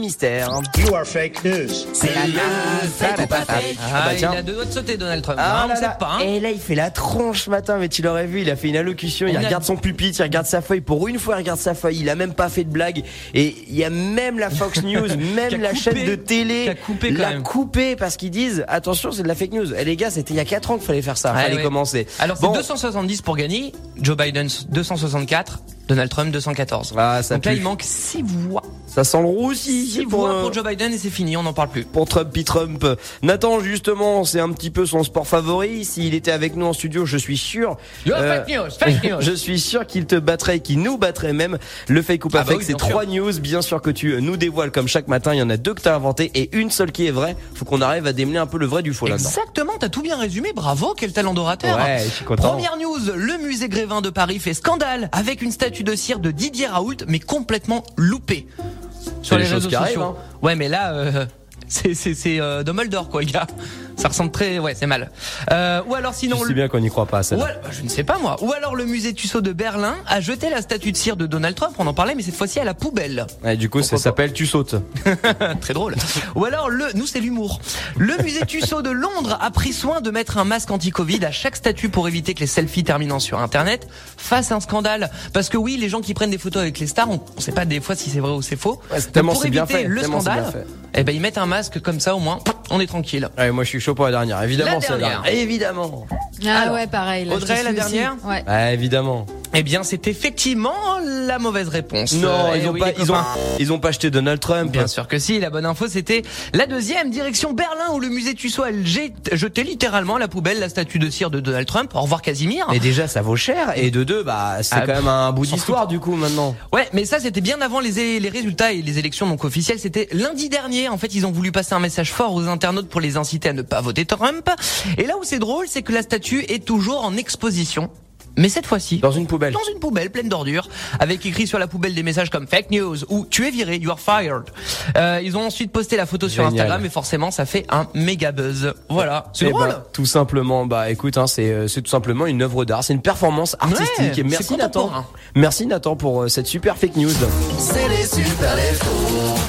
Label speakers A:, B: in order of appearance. A: Mystère.
B: You are fake news.
A: C'est la
C: fake ou pas fake
A: Ah, bah
C: il
A: tiens.
C: a deux doigts de sauter, Donald Trump.
A: Ah
C: hein,
A: là
C: on
A: là.
C: sait pas. hein.
A: Et là, il fait la tronche ce matin, mais tu l'aurais vu, il a fait une allocution, il
C: On a-
A: regarde son pupitre, il regarde sa feuille. Pour une fois, il regarde sa feuille, il a même pas fait de blague. Et il y a même la Fox News,
C: Qui a
A: même la
C: coupé-
A: chaîne de télé,
C: qui a coupé quand
A: l'a
C: même.
A: coupé parce qu'ils disent, attention, c'est de la fake news. Et les gars, c'était il y a 4 ans qu'il fallait faire ça,
C: Ah, Ouais,
A: fallait
C: ouais.
A: commencer.
C: Alors c'est
A: Bon.
C: 270 pour gagner, Joe Biden 264, Donald Trump 214.
A: Ah, ça
C: Donc là
A: pue.
C: il manque 6 voix.
A: Ça sent le roussi
C: 6
A: pour,
C: voix
A: euh,
C: pour Joe Biden et c'est fini, on n'en parle plus.
A: pour Trump P. Trump. Nathan, justement, c'est un petit peu son sport favori. S'il était avec nous en studio, je suis sûr.
C: Yo,
A: euh,
C: fake news, fake news.
A: Je suis sûr qu'il te battrait, qu'il nous battrait même. Le fake ou pas
C: Ah bah
A: fake,
C: oui,
A: c'est
C: bien sûr.
A: trois news, bien sûr que tu euh, nous dévoiles comme chaque matin. Il y en a deux que t'as inventé et une seule qui est vraie. Faut qu'on arrive à démêler un peu le vrai du faux là-dedans.
C: Exactement, t'as tout bien résumé, bravo, quel talent d'orateur.
A: Bah Ouais, je suis content.
C: Première news, le musée Grévin de Paris fait scandale avec une statue de cire de Didier Raoult, mais complètement loupée. Sur
A: les
C: les,
A: choses
C: réseaux
A: qui
C: sociaux.
A: arrivent, hein.
C: Ouais, mais là, euh, c'est, c'est, c'est euh, Dumbledore, quoi, le gars. Ça ressemble très. Ouais, c'est mal. Euh, ou alors sinon.
A: Je sais bien qu'on n'y croit pas,
C: ou
A: celle-là.
C: al- bah, je ne sais pas moi. Ou alors le musée Tussaud de Berlin a jeté la statue de cire de Donald Trump, on en parlait, mais cette fois-ci à la poubelle.
A: Ouais, du coup, ça
C: Pourquoi pas.
A: s'appelle Tu sautes.
C: Très drôle. Ou alors le, nous c'est l'humour. Le musée Tussaud de Londres a pris soin de mettre un masque anti-Covid à chaque statue pour éviter que les selfies terminant sur Internet fassent un scandale. Parce que oui, les gens qui prennent des photos avec les stars, on, on sait pas des fois si c'est vrai ou c'est faux.
A: Ouais, c'est
C: Mais
A: tellement
C: pour
A: c'est bien
C: éviter
A: fait,
C: le
A: tellement c'est bien
C: scandale, eh ben ils mettent un masque comme ça au moins, on est tranquille.
A: Ouais, moi, je suis chaud pour la dernière. Évidemment,
C: La
A: celle-là.
C: dernière.
A: Évidemment.
D: Ah
C: Alors,
D: ouais, pareil. là, je
C: Audrey,
D: te
C: la
D: suis aussi.
C: dernière
D: Ouais.
A: Ouais, Bah, évidemment.
C: Eh bien, c'est effectivement la mauvaise réponse.
A: Non,
C: Euh,
A: ils
C: eh
A: ont
C: oui,
A: pas,
C: les
A: ils ont,
C: copains.
A: ils ont pas acheté Donald Trump.
C: Bien sûr que si, la bonne info c'était la deuxième, direction Berlin où le musée Tussaud a jet- jeté littéralement à la poubelle la statue de cire de Donald Trump. Au revoir Casimir.
A: Et déjà, ça vaut cher. Et de deux, bah, c'est
C: Ah,
A: quand même un bout
C: s'en
A: d'histoire, du coup, maintenant.
C: Ouais, mais ça c'était bien avant les, les résultats et les élections donc officielles. C'était lundi dernier. En fait, ils ont voulu passer un message fort aux internautes pour les inciter à ne pas voter Trump. Et là où c'est drôle, c'est que la statue est toujours en exposition. Mais cette fois-ci,
A: Dans une poubelle.
C: dans une poubelle pleine d'ordures, avec écrit sur la poubelle des messages comme fake news ou tu es viré, you are fired. Euh, ils ont ensuite posté la photo sur
A: Génial.
C: Instagram et forcément ça fait un méga buzz. Voilà, c'est
A: Eh
C: drôle.
A: ben, tout simplement, bah écoute, hein, c'est euh, c'est tout simplement une œuvre d'art, c'est une performance artistique.
C: Ouais,
A: Et merci
C: c'est
A: Nathan.
C: contemporain.
A: Merci Nathan pour euh, cette super fake news.
E: C'est les super leftos.